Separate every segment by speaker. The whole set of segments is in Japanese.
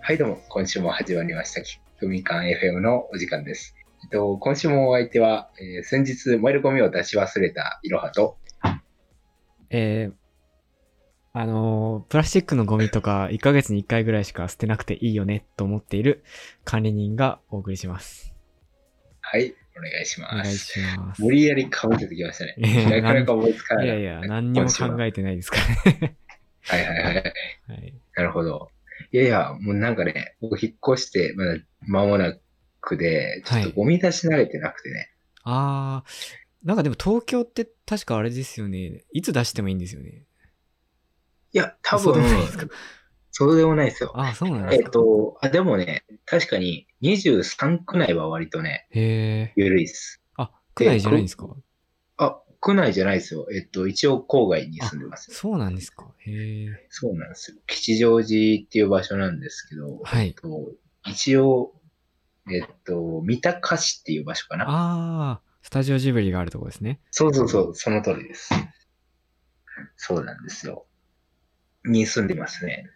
Speaker 1: はいどうも、今週も始まりました、キックみかん FM のお時間です。えっと、今週もお相手は、えー先日燃えるゴミを出し忘れたいろはと、
Speaker 2: えーあのープラスチックのゴミとか1ヶ月に1回ぐらいしか捨てなくていいよねと思っている管理人がお送りします。
Speaker 1: はい、お願いし
Speaker 2: お願
Speaker 1: ま
Speaker 2: い
Speaker 1: す。
Speaker 2: します。
Speaker 1: 無理やり被せてきましたね。
Speaker 2: いや
Speaker 1: なかなか思いつかないい。
Speaker 2: やいや、何にも考えてないですからね。
Speaker 1: はいはいはい。
Speaker 2: はい、
Speaker 1: なるほど。いやいや、もうなんかね、僕引っ越して、まだ間もなくで、ちょっと
Speaker 2: はい
Speaker 1: ゴミ出し慣れてなくてね。
Speaker 2: あー、なんかでも東京って確かあれですよね。いつ出してもいいんですよね。
Speaker 1: い、や、多
Speaker 2: そうで
Speaker 1: 分
Speaker 2: もないですか、
Speaker 1: そうでもないですよ。
Speaker 2: あー、そうなんで
Speaker 1: え
Speaker 2: す
Speaker 1: っ
Speaker 2: か。
Speaker 1: と、あ、でもね、確かに23区内は割とね、
Speaker 2: へえ。
Speaker 1: 緩いっす。
Speaker 2: あ、区内じゃないんですか。
Speaker 1: あ、区内じゃないですよ。えっと、一応郊外に住んでます。
Speaker 2: そうなんですか。へえ。
Speaker 1: そうなんですよ。吉祥寺っていう場所なんですけど、
Speaker 2: はい
Speaker 1: えっと、一応、えっと、三鷹市っていう場所かな。
Speaker 2: あー、スタジオジブリがあるとこですね。
Speaker 1: そうそうそう、その通りです。そうなんですよ。に住んでますね。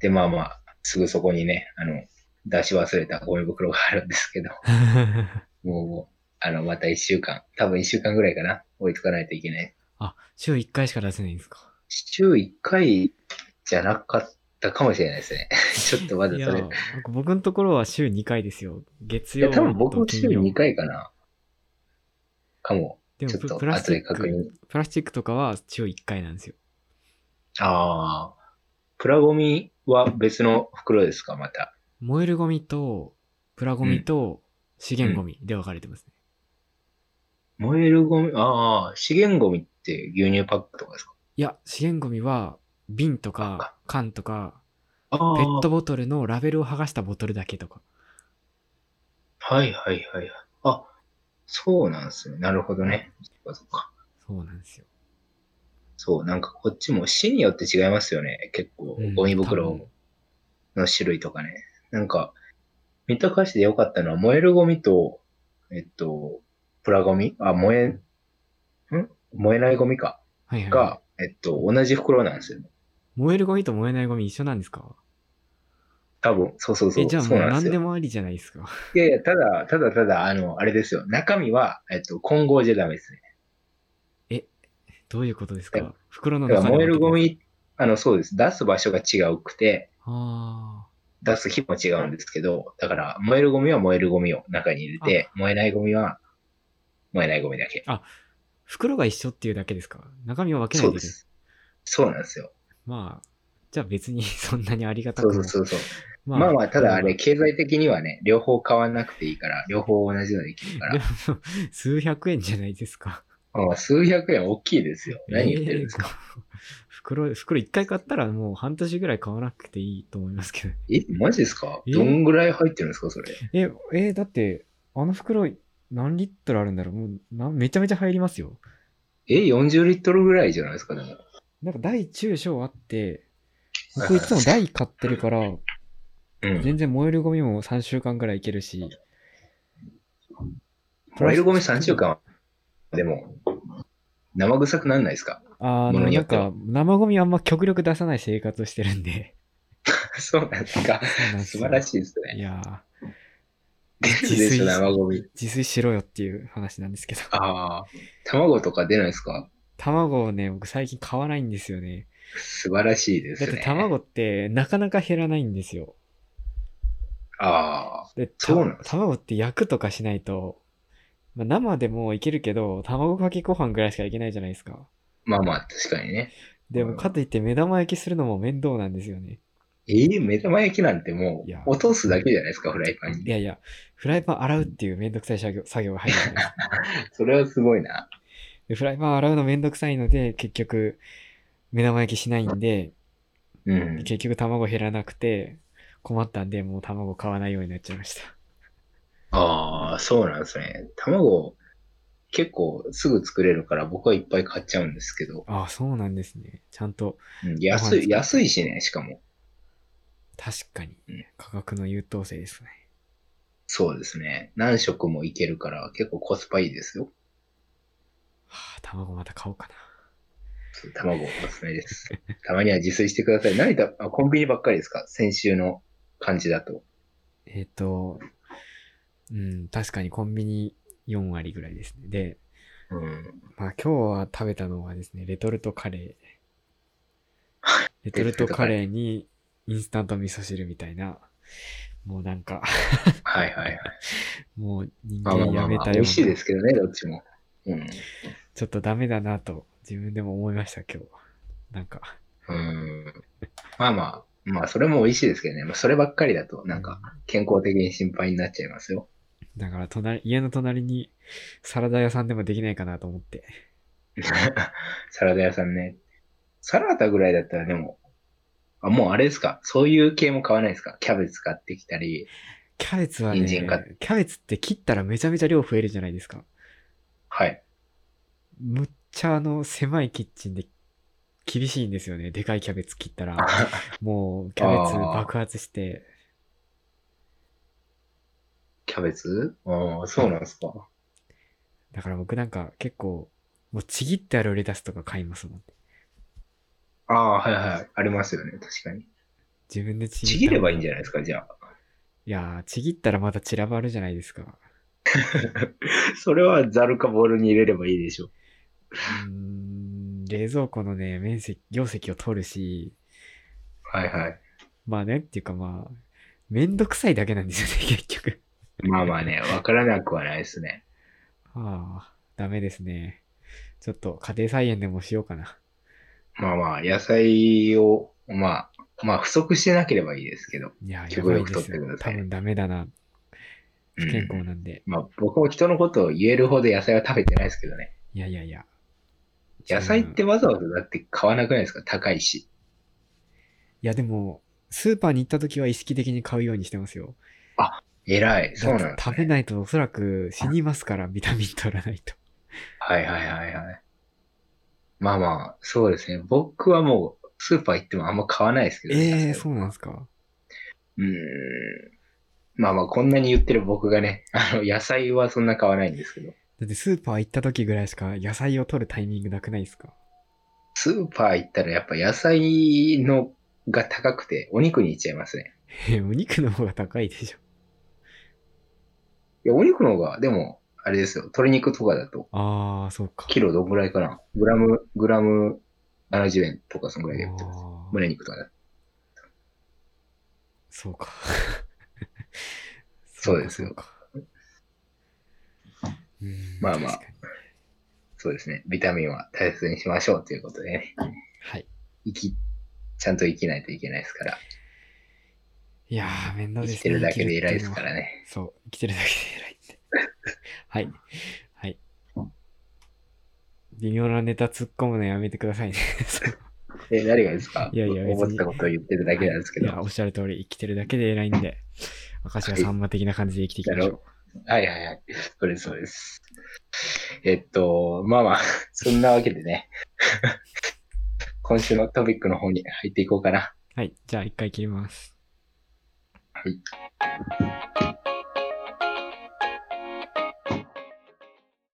Speaker 1: で、まあまあ、すぐそこにね、あの、出し忘れたゴミ袋があるんですけど、もう、あの、また一週間、多分一週間ぐらいかな、置いとかないといけない。
Speaker 2: あ、週1回しか出せないんですか。
Speaker 1: 週1回じゃなかったかもしれないです ね。ちょっとまだ
Speaker 2: いや
Speaker 1: それ。
Speaker 2: ー僕僕のところは週2回ですよ。月
Speaker 1: い
Speaker 2: 曜
Speaker 1: や、
Speaker 2: と
Speaker 1: 多分僕も週
Speaker 2: 金曜
Speaker 1: 2回かな。かも。
Speaker 2: でも
Speaker 1: ちょっ
Speaker 2: プ
Speaker 1: と
Speaker 2: プラ
Speaker 1: 後
Speaker 2: スチ
Speaker 1: で
Speaker 2: ッ
Speaker 1: 確認
Speaker 2: ク、。プラスチックとかは週1回なんですよ。
Speaker 1: ああ。プラゴミは別の袋ですか、また。
Speaker 2: 燃えるゴミと、プラゴミと、資源ゴミで分かれてますね。
Speaker 1: 燃えるゴミ、ああ、資源ゴミって牛乳パックとかですか
Speaker 2: いや、資源ゴミは、瓶とか、缶とか、
Speaker 1: あ
Speaker 2: ペ
Speaker 1: あ。
Speaker 2: ットボトルのラベルを剥がしたボトルだけとか。
Speaker 1: はいはいはいはい。あ、そうなんですね。なるほどね。そっかそっか。
Speaker 2: そうなんですよ。
Speaker 1: そう、なんかこっちも市によって違いますよね。結構
Speaker 2: う、ん
Speaker 1: ゴミ
Speaker 2: 多
Speaker 1: 袋
Speaker 2: 分
Speaker 1: の種類とかね。なんか、三鷹市で良かったのは、燃えるゴミと、えっと、プラゴミあ、燃え、ん燃えないゴミか。
Speaker 2: はいは
Speaker 1: が、えっと、同じ袋なんですよね。
Speaker 2: い。燃えるゴミと燃えないゴミ一緒なんですか
Speaker 1: 多分、そうそうそ
Speaker 2: え、
Speaker 1: う。
Speaker 2: じゃあ
Speaker 1: そ
Speaker 2: もう
Speaker 1: うなん
Speaker 2: 何
Speaker 1: です
Speaker 2: で
Speaker 1: よ。
Speaker 2: もありじゃないですか。
Speaker 1: いやいや、ただ、ただただ、あの、あれですよ。中身は、えっと、混合じゃダメですね。
Speaker 2: どういうことです
Speaker 1: いや
Speaker 2: か袋の
Speaker 1: だから
Speaker 2: 中に
Speaker 1: 燃えるゴ
Speaker 2: 入って
Speaker 1: ミ、あの、そうです。出す場所が違うくて、
Speaker 2: ます。あ
Speaker 1: 出す日も違うんですけど、だから燃えるゴミは燃えるゴミを中に入れて、燃えないゴミは燃えないゴミだけ。
Speaker 2: あ。袋が一緒っていうだけですか中身を分けな
Speaker 1: そ
Speaker 2: いうと
Speaker 1: で
Speaker 2: いけない。
Speaker 1: す。そうなんですよ。
Speaker 2: まあ、じゃあ別に そんなにありがた
Speaker 1: そ
Speaker 2: く
Speaker 1: う
Speaker 2: も
Speaker 1: そうそうそう。
Speaker 2: ま
Speaker 1: まあまあ、ただあれ、、経済的にはね、両方買わなくていいから、両方同じのできるか
Speaker 2: で
Speaker 1: ら
Speaker 2: も、数百円じゃないですか。
Speaker 1: うん数百円大きいですよ。 何言ってるんですか。
Speaker 2: えー 袋、袋一回買ったらもう半年ぐらい買わなくていいと思いますけど。
Speaker 1: え、マジですか
Speaker 2: え
Speaker 1: どんぐらい入ってるんですか、それ。
Speaker 2: え、えーだって、あの袋何リットルあるんだろうもうなめちゃめちゃ入りますよ。
Speaker 1: え、40リットルぐらいじゃないですか、でも。
Speaker 2: なんか大中小あって、
Speaker 1: はい
Speaker 2: 僕いつも大買ってるから、
Speaker 1: うん。
Speaker 2: 全然燃えるゴミも3週間ぐらいいけるし。
Speaker 1: 燃えるゴミ3週間は、でも、生臭くなんないですか
Speaker 2: あ
Speaker 1: ものに
Speaker 2: の、な
Speaker 1: よ
Speaker 2: ん
Speaker 1: っては
Speaker 2: か、生ゴミあんま極力出さない生活をしてるん で。
Speaker 1: そうなんですか。素晴らしいですね
Speaker 2: い。や
Speaker 1: 出るでしょ、生ゴミ
Speaker 2: ー。自炊しろよっていう話なんですけど。
Speaker 1: ああ、卵とか出ないですか
Speaker 2: 卵をね、僕最近買わないんですよね。
Speaker 1: 素晴らしいです
Speaker 2: だっ
Speaker 1: ね。
Speaker 2: て卵ってなかなか減らないんですよ。
Speaker 1: ああ、
Speaker 2: で、た
Speaker 1: そうなんです
Speaker 2: 卵って焼くとかしないと、まあ、生でもいけるけど、卵かけご飯ぐらいしかいけないじゃないですか。
Speaker 1: まあまあ、確かにね。
Speaker 2: で
Speaker 1: うん
Speaker 2: も、かといって目玉焼きするのも面倒なんですよね。
Speaker 1: ええ目玉焼きなんても
Speaker 2: いや
Speaker 1: う、落とすだけじゃないですか、フライパン
Speaker 2: い
Speaker 1: に。
Speaker 2: やいや、フライパン洗うっていうめんどくさい作業作業が入るじゃないですか。
Speaker 1: それはすごいな。
Speaker 2: でフライパン洗うのめんどくさいので、結局、目玉焼きしないんで、
Speaker 1: うん。
Speaker 2: 結局卵減らなくて、困ったんで、もう卵買わないようになっちゃいました。
Speaker 1: ああ、そうなんですね。卵、結構すぐ作れるから、僕はいっぱい買っちゃうんですけど、
Speaker 2: ああ、そうなんですね。ちゃんと、
Speaker 1: うん安い、
Speaker 2: ご飯作って
Speaker 1: 安いしね、しかも。
Speaker 2: 確かに
Speaker 1: うん、
Speaker 2: 価格の優等生ですね。
Speaker 1: そうですね。何食もいけるから、結構コスパいいですよ。
Speaker 2: はあ、卵また買おうかな。
Speaker 1: そう卵おすすめです。たまには自炊してください。何だ、あコンビニばっかりですか先週の感じだと。
Speaker 2: えっ、と、うん、確かにコンビニ4割ぐらいですね。で、
Speaker 1: うん。
Speaker 2: まあ今日は食べたのはですね、レトルトカレー。レトルトカレーにインスタント味噌汁みたいな、もうなんか、
Speaker 1: はいはいはい。
Speaker 2: もう人
Speaker 1: まあまあま
Speaker 2: 間
Speaker 1: あ
Speaker 2: や
Speaker 1: ま
Speaker 2: め
Speaker 1: あ、
Speaker 2: た
Speaker 1: 美
Speaker 2: よ
Speaker 1: 味しいうで
Speaker 2: な、
Speaker 1: すけどね、どっちも。うん。
Speaker 2: ちょっとダメだなと自分でも思いました今日。なんか、
Speaker 1: うん。まあまあ、まあそれも美味しいですけどね。まあそればっかりだと、なんか健康的に心配になっちゃいます よ。
Speaker 2: だから隣、家の隣にサラダ屋さんでもできないかなと思って。
Speaker 1: サラダ屋さんね。サラダぐらいだったらでも、あ、もうあれですかそういう系も買わないですかキャベツ買ってきたり。
Speaker 2: キャベツは
Speaker 1: 人参が
Speaker 2: ね、キャベツって切ったらめちゃめちゃ量増えるじゃないですか。
Speaker 1: はい。
Speaker 2: むっちゃあの狭いキッチンで厳しいんですよね。でかいキャベツ切ったら。もうキャベツ爆発して、
Speaker 1: キャベツああ、そうなんですか。
Speaker 2: だから僕なんか結構、もうちぎってあるレタスとか買いますもん。
Speaker 1: ああ、はいはい。ありますよね。確かに。
Speaker 2: 自分でちぎ
Speaker 1: ちぎればいいん
Speaker 2: じ
Speaker 1: じゃないですかじゃあ。
Speaker 2: ゃん。いやー、ちぎったらまた散らばるじゃないですか。
Speaker 1: それはザルかボウルに入れればいいでしょう。
Speaker 2: うーん、冷蔵庫のね、面積、容積を取るし、
Speaker 1: はいはい。
Speaker 2: まあね、っていうかまあ、めんどくさいだけなんですよね、 結局。
Speaker 1: まあまあね、わからなくはないですね。
Speaker 2: ああ、ダメですね。ちょっと家庭菜園でもしようかな。
Speaker 1: まあまあ、野菜を、まあ、まあ、不足してなければいいですけど。
Speaker 2: いや、や
Speaker 1: 極
Speaker 2: ばい
Speaker 1: 力
Speaker 2: で
Speaker 1: 取っ
Speaker 2: す
Speaker 1: てく
Speaker 2: よ。
Speaker 1: だ
Speaker 2: 多
Speaker 1: さい
Speaker 2: 分ダメだな。
Speaker 1: う
Speaker 2: 不健康
Speaker 1: ん、
Speaker 2: なんで。
Speaker 1: まあ、僕も人のことを言えるほど野菜は食べてないですけどね。
Speaker 2: いやいやいや。
Speaker 1: 野菜って
Speaker 2: い
Speaker 1: わざわざだって買わなくないですか高いし。
Speaker 2: や、でも、スーパーに行った時は意識的に買うようにしてますよ。
Speaker 1: 偉い。そうなん
Speaker 2: だっ
Speaker 1: で
Speaker 2: て
Speaker 1: す、
Speaker 2: 食べ
Speaker 1: ね。
Speaker 2: ないとおそらく死にますから、ビタミン取らない と。
Speaker 1: はいはいはいはい。まあまあ、そうですね。僕はもう、スーパー行ってもあんま買わないですけど、ね。
Speaker 2: ええ
Speaker 1: 野菜
Speaker 2: そうなんですか。
Speaker 1: うーん。まあまあ、こんなに言ってる僕がね、 あの、野菜はそんな買わないんですけど、
Speaker 2: だってスーパー行った時ぐらいしか野菜を取るタイミングなくないですか
Speaker 1: スーパー行ったらやっぱ野菜のが高くて、お肉に行っちゃいますね。
Speaker 2: えお肉の方が高いでしょ。
Speaker 1: いや、お肉の方が、でも、あれですよ、鶏肉とかだと、
Speaker 2: ああ、そうか。
Speaker 1: キロどんぐらいかな。グラム、グラム70円とかそんぐらいで売ってます。
Speaker 2: あー
Speaker 1: 胸肉とかだと。
Speaker 2: そうか。
Speaker 1: そうですよ
Speaker 2: そうか。そうかうーん
Speaker 1: まあまあ
Speaker 2: 確かに
Speaker 1: そうですね。ビタミンは大切にしましょうということでね。
Speaker 2: はい。
Speaker 1: 生き、ちゃんと生きないといけないですから。
Speaker 2: いやー、面倒
Speaker 1: 生
Speaker 2: ですね。
Speaker 1: きてるだけで偉いです
Speaker 2: 生きてるってうのは
Speaker 1: からね。
Speaker 2: そう、生きてるだけで偉いって。はい。はい。微妙なネタ突っ込むのやめてくださいね。そう
Speaker 1: え、誰がですか
Speaker 2: いやいや別に
Speaker 1: 思ったことを言ってるだけなんですけ
Speaker 2: い
Speaker 1: ど。
Speaker 2: や、おっしゃる通り、生きてるだけで偉いんで、明石家さんま的な感じで生きていきましょう。
Speaker 1: はいはいはい。それそうです。えっと、まあ まあ、そんなわけでね。 今週のトピックの方に入っていこうかな。
Speaker 2: はい。じゃあ、一回切ります。
Speaker 1: はい。